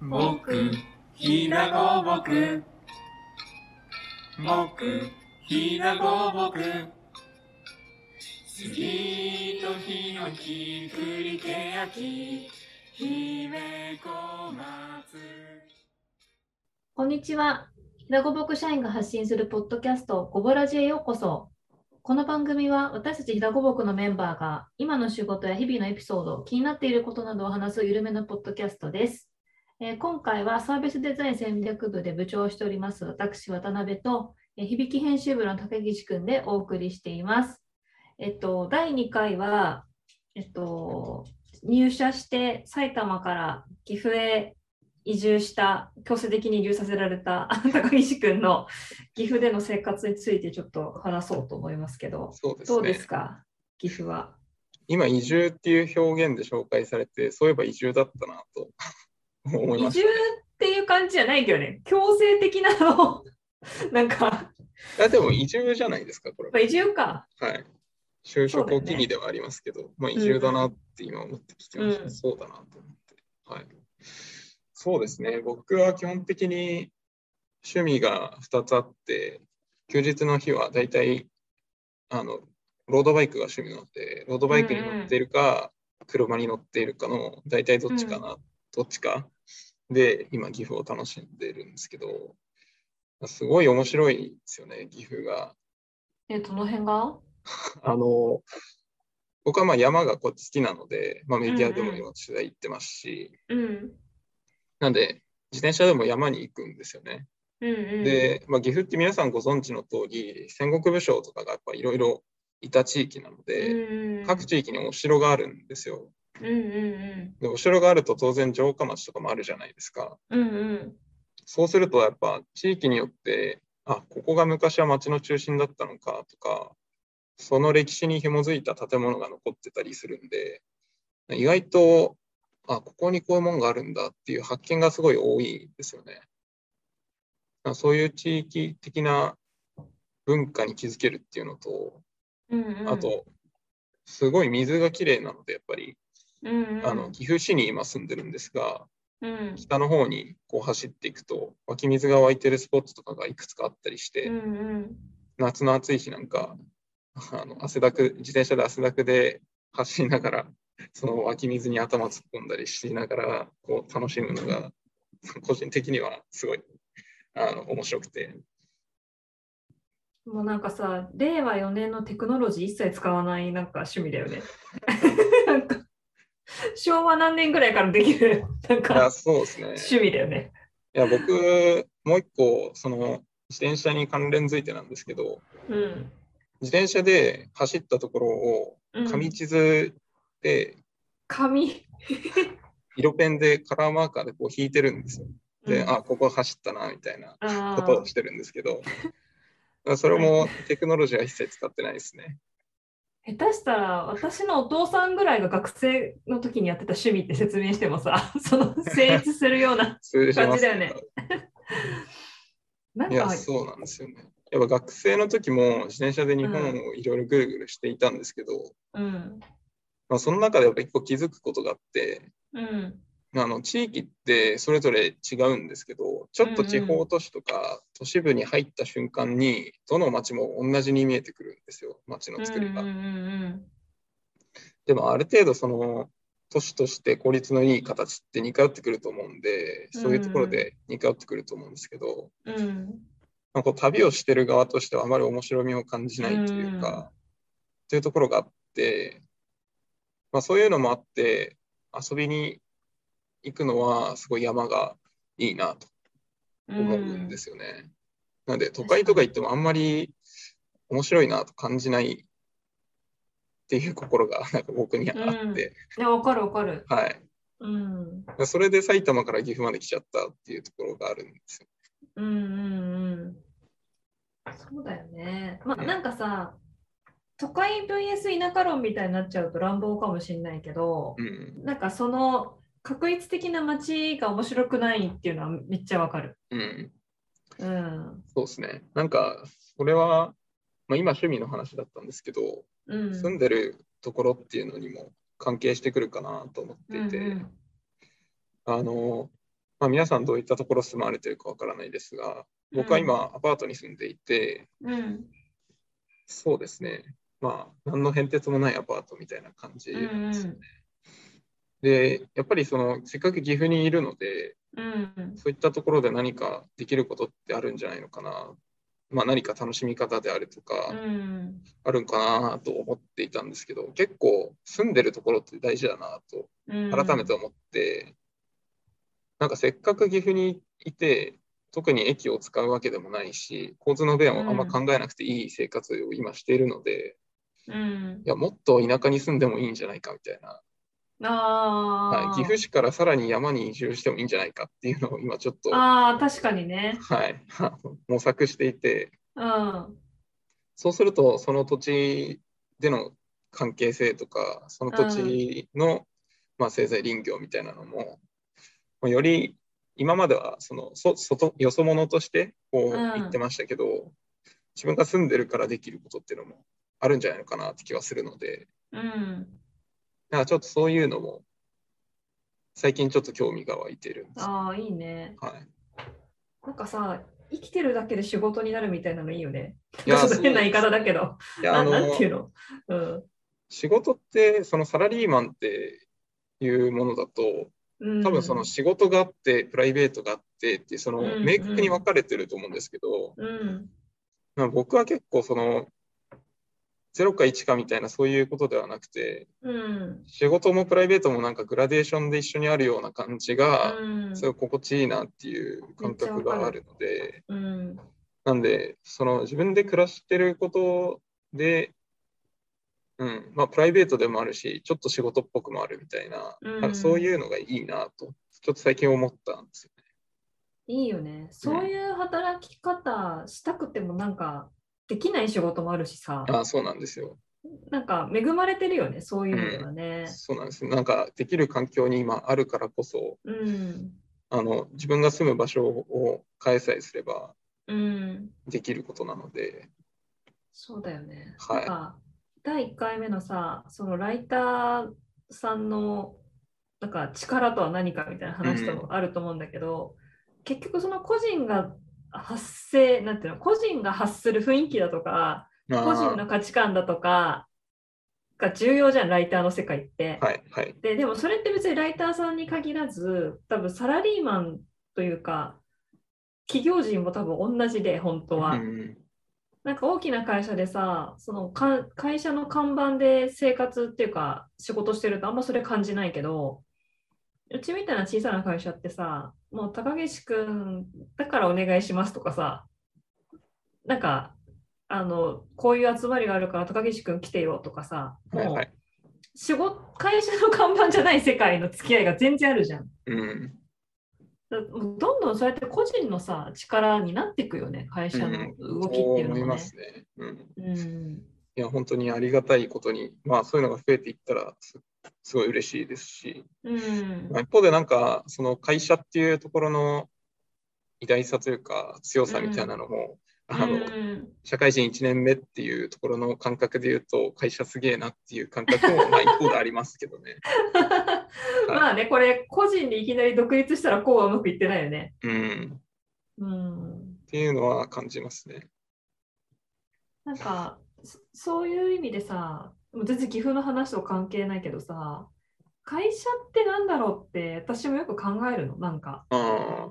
木、ひなごぼく。木、ひなごぼく。杉とヒノキ、栗けやき、姫小松。こんにちは。ひらごぼく社員が発信するポッドキャスト、ごぼらじへようこそ。この番組は私たちひらごぼくのメンバーが今の仕事や日々のエピソード、気になっていることなどを話すゆるめのポッドキャストです。えー今回はサービスデザイン戦略部で部長をしております私、渡辺と、えー響き編集部の竹岸くんでお送りしています。えっと、第2回は、えっと、入社して埼玉から岐阜へ移住した強制的に移住させられた 高岸君の岐阜での生活についてちょっと話そうと思いますけどそうですどうね。ですか岐阜は今、移住っていう表現で紹介されて、そういえば移住だったなと思い移ま住しっていう感じじゃないけどね強制的なの なんかた。あでも移住じゃないですか、これまあ移住かは。はい。就そう職だよをね機にではありますけど、まあ移住だなって今思って聞きました。うんそうだなと思って。はい。そうですね。僕は基本的に趣味が2つあって、休日の日はだいたいあのロードバイクが趣味なので、ロードバイクに乗っているか、車に乗っているかの大体どっちかな、どっちかで今岐阜を楽しんでいるんですけど、すごい面白いですよね、岐阜が。えどの辺があの僕はまあ山がこっち好きなので、まあ、メディアでもうんうん今取材行ってますし、うんなんで自転車でも山に行くんですよね。うんうんで、まあ、岐阜って皆さんご存知の通り戦国武将とかがやっぱいろいろいた地域なので、うん各地域にお城があるんですよ。うんうんでお城があると当然城下町とかもあるじゃないですか。うんうんうんそうするとやっぱ地域によってあここが昔は町の中心だったのかとかその歴史に紐づいた建物が残ってたりするんで意外とあここにこういうもんがあるんだっていう発見がすごい多いんですよね。だからそういう地域的な文化に気づけるっていうのとうんうんあとすごい水がきれいなのでやっぱりうんうんあの岐阜市に今住んでるんですがうん北の方にこう走っていくと湧き水が湧いてるスポットとかがいくつかあったりして、うんうん夏の暑い日なんかあの汗だく自転車で汗だくで走りながらその湧き水に頭突っ込んだりしながらこう楽しむのが個人的にはすごいあの面白くてもうなんかさ、令和4年のテクノロジー一切使わないなんか趣味だ よね。なんか昭和何年ぐらいからできるなんいやかそうですね趣味だよね。いや僕もう一個その自転車に関連づいてなんですけどうん。自転車で走ったところをうん、紙地図で、紙。色ペンでカラーマーカーでこう引いてるんですよ。で、うんあ、ここ走ったなみたいなあことをしてるんですけど、それもテクノロジーは一切使ってないですね。ー下手したら私のお父さんぐらいが学生の時にやってた趣味って説明してもさ、 その成立するような。通じます感じだよなんいや、か、そうなんですよね。やっぱ学生の時も自転車で日本をいろいろぐるぐるしていたんですけど、うん。まあ、その中でやっぱ一個気づくことがあって、うん。あの地域ってそれぞれ違うんですけど、ちょっと地方都市とか都市部に入った瞬間に、どの町も同じに見えてくるんですよ、町の作りがうん。うんでもある程度その都市として効率のいい形って似通ってくると思うんでそういうところで似通ってくると思うんですけど、うんうん。うん。まあこう旅をしてる側としてはあまり面白みを感じないというか、うんっていうところがあって、まあ、そういうのもあって遊びに行くのはすごい山がいいなと思うんですよね。なので都会とか行ってもあんまり面白いなと感じないっていう心がなんか僕にあって、いや、わかるわかる。はい。うん。それで埼玉から岐阜まで来ちゃったっていうところがあるんですよ。うんうんうん。そうだよね。まあねなんかさ、都会 VS 田舎論みたいになっちゃうと乱暴かもしれないけど、うん。なんかその確率的な街が面白くないっていうのはめっちゃわかる。うん。うん。そうですね。なんか、それは、まあ、今趣味の話だったんですけど、うん。住んでるところっていうのにも関係してくるかなと思っていて、うんうんあの、まあ、皆さんどういったところ住まわれてるかわからないですが、僕は今アパートに住んでいて、うんそうですね、まあ、何の変哲もないアパートみたいな感じうなんんですよね。で、やっぱりその、せっかく岐阜にいるので、うんそういったところで何かできることってあるんじゃないのかな、まあ、何か楽しみ方であるとか、うんあるんかなと思っていたんですけど、結構住んでるところって大事だなとうん改めて思って、なんかせっかく岐阜にいて、特に駅を使うわけでもないし、交通の便をあんま考えなくていい生活を今しているので、うんいやもっと田舎に住んでもいいんじゃないかみたいな、あーはい、岐阜市からさらに山に移住してもいいんじゃないかっていうのを今ちょっと、はあー確かにねい、 模索していて、うんそうすると、その土地での関係性とか、その土地の、まあ、製材林業みたいなのも、まあより今まではそのそ外よそ者としてこううん言ってましたけど、自分が住んでるからできることっていうのもあるんじゃないのかなって気はするので、うんなんかちょっとそういうのも、最近ちょっと興味が湧いてるんです。ああいいねはい、なんかさ生きてるだけで仕事になるみたいなのいいよねいちょやっと変な言い方だけどいやなあのなんていうのうん仕事ってそのサラリーマンっていうものだとうん多分その仕事があってプライベートがあってってそのうんうん明確に分かれてると思うんですけど、うんまあ僕は結構その0か1かみたいなそういうことではなくてうん仕事もプライベートもなんかグラデーションで一緒にあるような感じがうんすごい心地いいなっていう感覚があるのでうんなんでその自分で暮らしてることで、うんまあ、プライベートでもあるしちょっと仕事っぽくもあるみたいな,、うんなんかそういうのがいいなとちょっと最近思ったんですよいいよねそういう働き方したくてもなんかできない仕事もあるしさあそうなんですよ。なんか恵まれてるよねそういうのではねそうなんです。なんかできる環境に今あるからこそ、うんあの自分が住む場所を変えさえすればうんできることなので、そうだよね。はいなんか第1回目のさ、そのライターさんのなんか力とは何かみたいな話ともあると思うんだけど、結局その個人が発生、なんていうの、個人が発する雰囲気だとか、ま個人の価値観だとかが重要じゃん、ライターの世界って。はいはい。ででもそれって別にライターさんに限らず多分サラリーマンというか企業人も多分同じで本当は、うんなんか大きな会社でさ、そのか会社の看板で生活っていうか仕事してるとあんまそれ感じないけど、うちみたいな小さな会社ってさ、もう高岸くんだからお願いしますとかさ、なんか、あの、こういう集まりがあるから高岸くん来てよとかさ、はいもはうい。仕事、会社の看板じゃない世界の付き合いが全然あるじゃん。うん。だもうどんどんそうやって個人のさ、力になっていくよね、会社の動きってそういうの思いもまね。すね。うん。うんいや本当にありがたいことに、まあそういうのが増えていったらすすごい嬉しいですし、うんまあ、一方でなんかその会社っていうところの偉大さというか強さみたいなのも、あのうん社会人1年目っていうところの感覚で言うと会社すげえなっていう感覚もまあ一方でありますけどね。まあね、これ、個人でいきなり独立したらこうはうまくいってないよね。うん、うん。っていうのは感じますね。なんか、そそういう意味でさ、もう全然岐阜の話と関係ないけどさ、会社ってなんだろうって私もよく考えるの、なんか、あー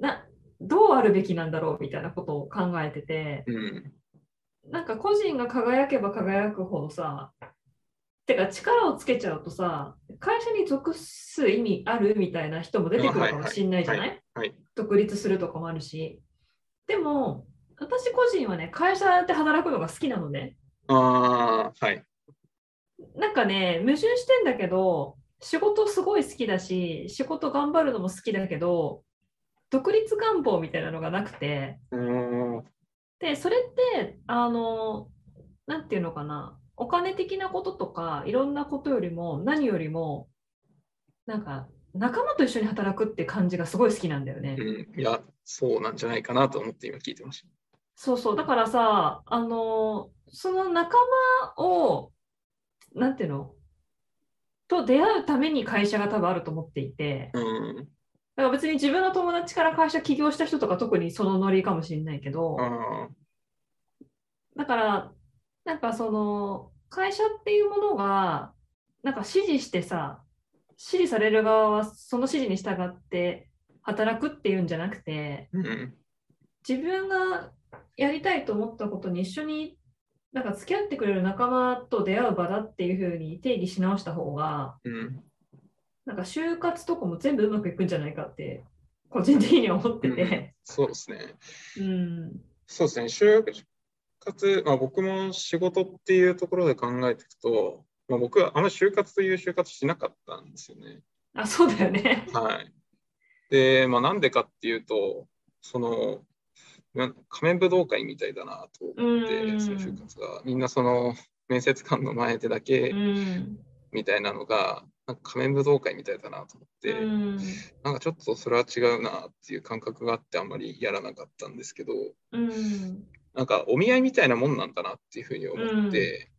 などうあるべきなんだろうみたいなことを考えてて、うんなんか個人が輝けば輝くほどさ、てか力をつけちゃうとさ、会社に属す意味あるみたいな人も出てくるかもしんないじゃない、はい、独立するとかもあるしでも私個人はね会社で働くのが好きなのねあーはい、なんかね矛盾してんだけど仕事すごい好きだし仕事頑張るのも好きだけど独立願望みたいなのがなくてうーんでそれってあのなんていうのかなお金的なこととかいろんなことよりも何よりもなんか仲間と一緒に働くって感じがすごい好きなんだよね。うん、いやそうなんじゃないかなと思って今聞いてましそうそう、だからさ、あのーその仲間を、なんていうのと出会うために会社が多分あると思っていて、た。うんだから別に自分の友達から会社起業した人とか特にそのノリかもしれないけど、あだから、なんかその、会社っていうものが、なんか指示してさ、指示される側はその指示に従って働くっていうんじゃなくて、ーうん、自分がやりたいと思ったことに一緒になんか付き合ってくれる仲間と出会う場だっていう風に定義し直した方がうん、なんか就活とかも全部うまくいくんじゃないかって個人的には思ってて、そうですね。うん、そうですね、就活、まあ、僕も仕事っていうところで考えていくと、まあ、僕はあんまり就活という就活しなかったんですよね。あそうだよねはい。で、まあ、なんでかっていうと、その、な仮面武道会みたいだなと思って、うんその就活が。みんなその、面接官の前でだけうんみたいなのが、なんか仮面武道会みたいだなと思って、うんなんかちょっとそれは違うなっていう感覚があって、あんまりやらなかったんですけど、うんなんかお見合いみたいなもんなんだなっていうふうに思って、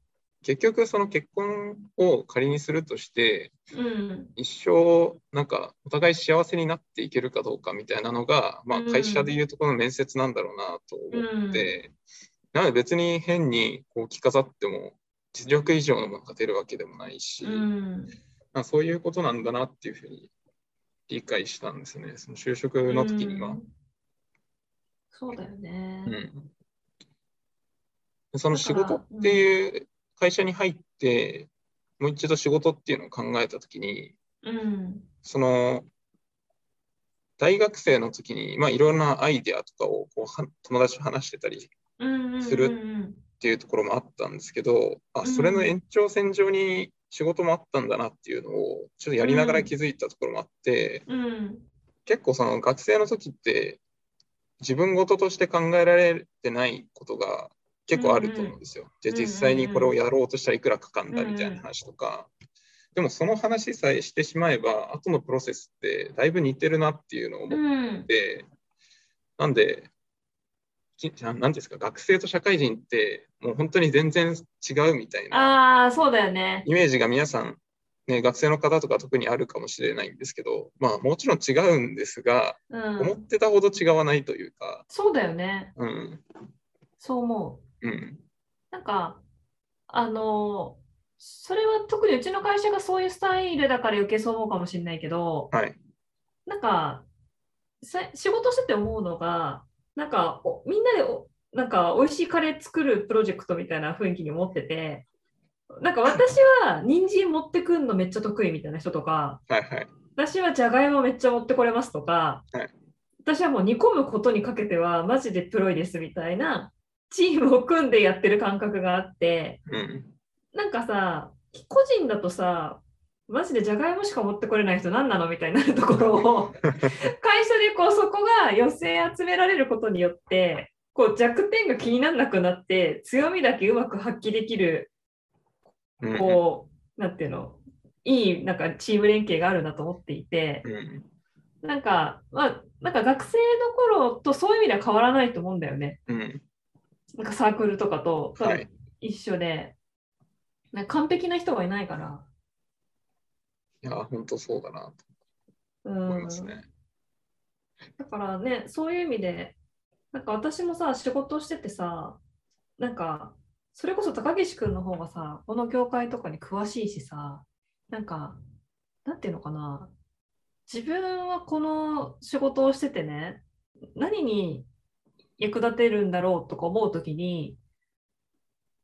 結局その結婚を仮にするとしてうん一生なんかお互い幸せになっていけるかどうかみたいなのが、まあ、うん会社でいうところの面接なんだろうなと思って、なので別に変にこう着飾っても実力以上のものが出るわけでもないし、うんまあ、そういうことなんだなっていうふうに理解したんですねその就職の時には。そうだよね、うん、その仕事っていう会社に入って、もう一度仕事っていうのを考えたときに、うんその大学生の時に、まあ、いろんなアイデアとかをこうは友達と話してたりっうんうんするていうところもあったんですけど、うあんそれの延長線上に仕事もあったんだなっていうのをちょっとやりながら気づいたところもあって、うん結構その学生の時って自分事として考えられてないことが結構あると思うんですよ。んで実際にこれをやろうとしたらいくらかかんだみたいな話とか、でもその話さえしてしまえば後のプロセスってだいぶ似てるなっていうのをう思っんて、なんできななんですか学生と社会人ってもう本当に全然違うみたいなああそうだよねイメージが皆さん、ね、学生の方とか特にあるかもしれないんですけど、まあ、もちろん違うんですがう思っんてたほど違わないというか、そうだよねうん、そう思ううん、なんかあのそれは特にうちの会社がそういうスタイルだから余計そう思うかもしれないけどはい、なんかさ仕事してて思うのがなんかおみんなでおなんか美味しいカレー作るプロジェクトみたいな雰囲気に思っててなんか私は人参持ってくんのめっちゃ得意みたいな人とかはい、はい、私はじゃがいもめっちゃ持ってこれますとか、はい私はもう煮込むことにかけてはマジでプロいですみたいなチームを組んでやってる感覚があってうん、なんかさ個人だとさマジでじゃがいもしか持ってこれない人何なのみたいになるとこ ろを会社でこうそこが寄せ集められることによってこう弱点が気にならなくなって強みだけうまく発揮できるうん、こう、なんていうのいいなんかチーム連携があるなと思っていて。うん、なんか、まあ、なんか学生の頃とそういう意味では変わらないと思うんだよね。うん、なんかサークルとかと多は分い、一緒で、なんか完璧な人がいないから。いや、本当そうだなとう思いんますね。だからね、そういう意味で、なんか私もさ、仕事をしててさ、なんか、それこそ高岸くんの方がさ、この業界とかに詳しいしさ、なんか、なんていうのかな、自分はこの仕事をしててね、何に役立てるんだろうとか思うときに、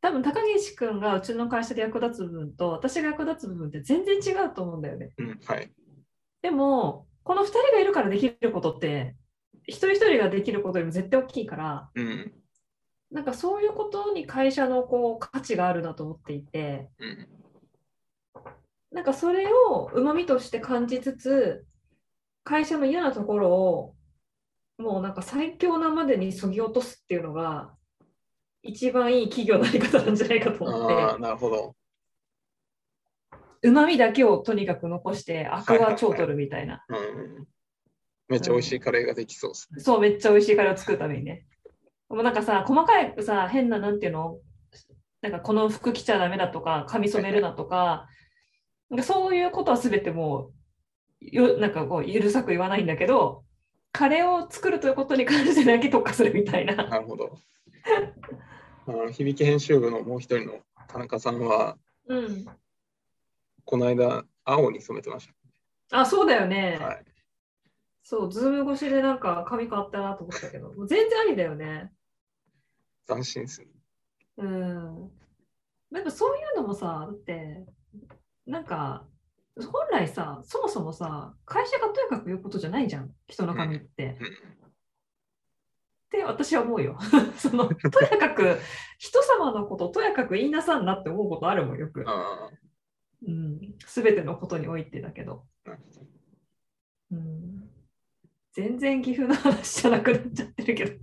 多分高岸くんがうちの会社で役立つ部分と私が役立つ部分って全然違うと思うんだよね。うん、はい、でも、この2人がいるからできることって、一人一人ができることよりも絶対大きいから、うん、なんかそういうことに会社のこう価値があるなと思っていて、うん、なんかそれをうまみとして感じつつ、会社の嫌なところを、もうなんか最強なまでにそぎ落とすっていうのが、一番いい企業のやり方なんじゃないかと思ああ、っなるほど。て、うまみだけをとにかく残して、アクは超取るみたいな。うん、めっちゃ美味しいカレーができそうですね。そう、めっちゃ美味しいカレーを作るためにね。もうなんかさ、細かいさ、変な、なんていうの、なんかこの服 着ちゃダメだとか、髪染めるなとか、なんかそういうことはすべてもう、よなんかこうゆるさく言わないんだけどカレーを作るということに関してだけ特化するみたいな。なるほど。 あの響き編集部のもう一人の田中さんは、うん、この間、青に染めてましあそうだよね。た。はい。そう、ズーム越しでなんか髪変わったなと思ったけど、もう全然ありだよね。斬新ですね。うん。やっぱそういうのもさ、だって、なんか、本来さ、そもそもさ、会社がとにかく言うことじゃないじゃん、人の髪って。っうんて私は思 うよ。その、とやかく、人様のこととやかく言いなさんなって思うことあるもん、よく。あうん。すべてのことにおいてだけど。あ、なるほどうん。全然岐阜の話じゃなくなっちゃってるけど。い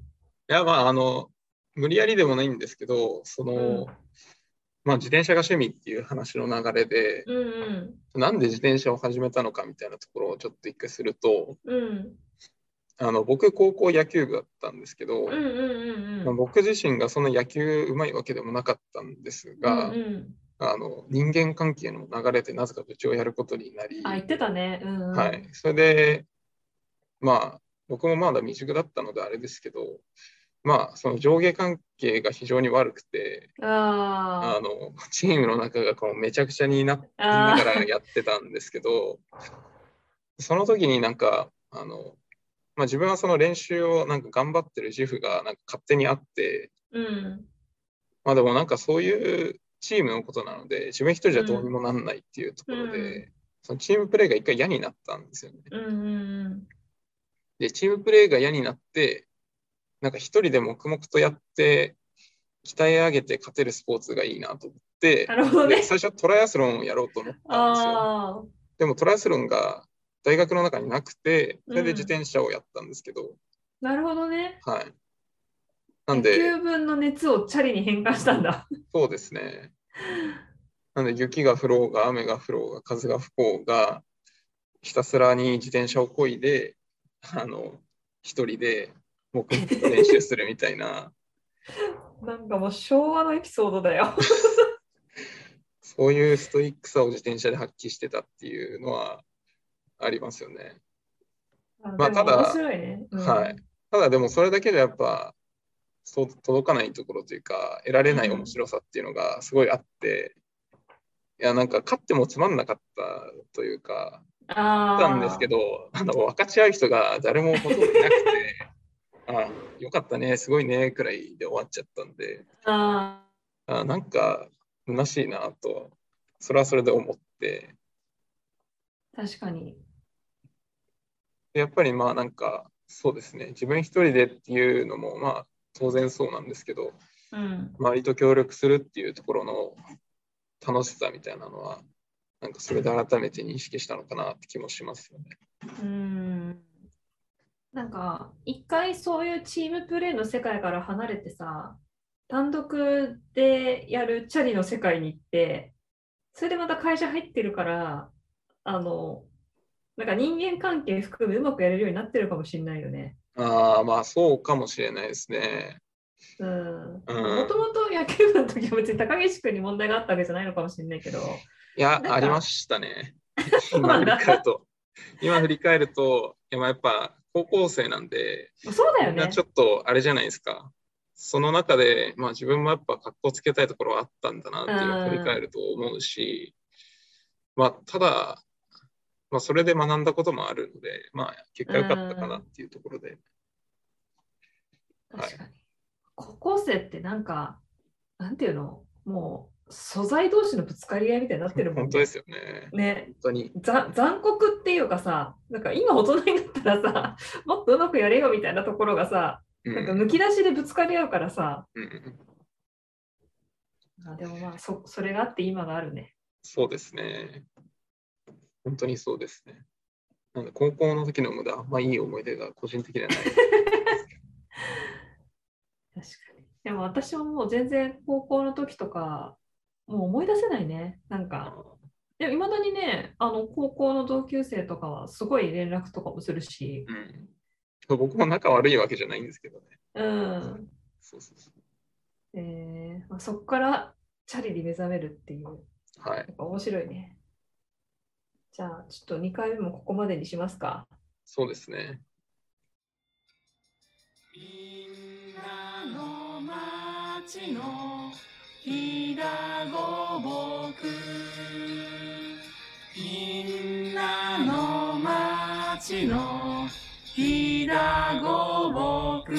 や、まあ、あの、無理やりでもないんですけど、その、うんまあ、自転車が趣味っていう話の流れで、うんうん。なんで自転車を始めたのかみたいなところをちょっと一回すると、うん。あの僕、高校野球部だったんですけど、うんうんうんまあうん。僕自身がそんな野球うまいわけでもなかったんですが、うんうんあの人間関係の流れでなぜか部長をやることになり、あ、言ってたね。うんうん。はい、それで、まあ、僕もまだ未熟だったのであれですけど、まあ、その上下関係が非常に悪くて、ああのチームの中がこうめちゃくちゃになってあ。なあがあ。らやってたんですけど、その時になんか、あのまあ、自分はその練習をなんか頑張ってる自負がなんか勝手にあって、うん。まあでもなんかそういうチームのことなので、自分一人じゃどうにもなんないっていうところで、うそのチームプレーが一回嫌になったんですよね。うんうんで、チームプレーが嫌になって、なんか一人で黙々とやって、鍛え上げて勝てるスポーツがいいなと思ってうん。な、る ほどでね。最初はトライアスロンをやろうと思ったんですよ。ああ。でもトライアスロンが大学の中になくて、それでうん自転車をやったんですけど、なるほどね。はい。なん野で、球分の熱をチャリに変換したんだ。そうですね。なんで、雪が降ろうが、雨が降ろうが、風が吹こうが、ひたすらに自転車をこいで、あの、一人で、僕、練習するみたいな、 なんかもう昭和のエピソードだよ。そういうストイックさを自転車で発揮してたっていうのはありますよね。 まあでもただ面白いね。うんはい。ただでもそれだけでやっぱそう届かないところというか得られない面白さっていうのがすごいあって、いやなんか勝ってもつまんなかったというかああ。なんですけどあの分かち合う人が誰もほとんどいなくて あよかったねすごいねくらいで終わっちゃったんでああ。あなんか虚しいなとそれはそれで思って。確かに。でやっぱりまあなんかそうですね自分一人でっていうのもまあ当然そうなんですけどうん。周りと協力するっていうところの楽しさみたいなのはなんかそれで改めて認識したのかなって気もしますよね。うん。なんか、一回そういうチームプレーの世界から離れてさ、単独でやるチャリの世界に行って、それでまた会社入ってるから、あの、なんか人間関係含めうまくやれるようになってるかもしれないよね。ああまあそうかもしれないですね。うん。うんもともと野球部の時は別に高岸君に問題があったわけじゃないのかもしれないけど。いやなんかありましたね。う今振なんりだ返ると今振り返るといやまあやっぱ高校生なんでそうだよみんなねち。ょっとあれじゃないですか。その中で、まあ、自分もやっぱ格好つけたいところはあったんだなっていうのをうん振り返ると思うし、まあ、ただ、まあ、それで学んだこともあるので、まあ、結果良かったかなっていうところで、確かに。高校生ってなんか、なんていうのもう素材同士のぶつかり合いみたいになってるもん本当ですよね。ね。本当に。ざ残酷っていうかさ、なんか今大人になったらさ、 もっとうまくやれよみたいなところがさ、うんなんかむき出しでぶつかり合うからさ、うん、あでもまあそ、それがあって今があるね。そうですね。本当にそうですね。なんで高校の時の無駄、あんまいい思い出が個人的ではない。確かに。でも私はもう全然高校の時とか、もう思い出せないね。なんか。 でもいまだにね、あの高校の同級生とかはすごい連絡とかもするし、うん、僕も仲悪いわけじゃないんですけどね。うんそうそうそえーまあ、そこからチャリに目覚めるっていう、うはいやっぱ面白いね。じゃあ、ちょっと2回目もここまでにしますか。そうですね。みんなの町のひだごぼくみんなの町のひだごぼく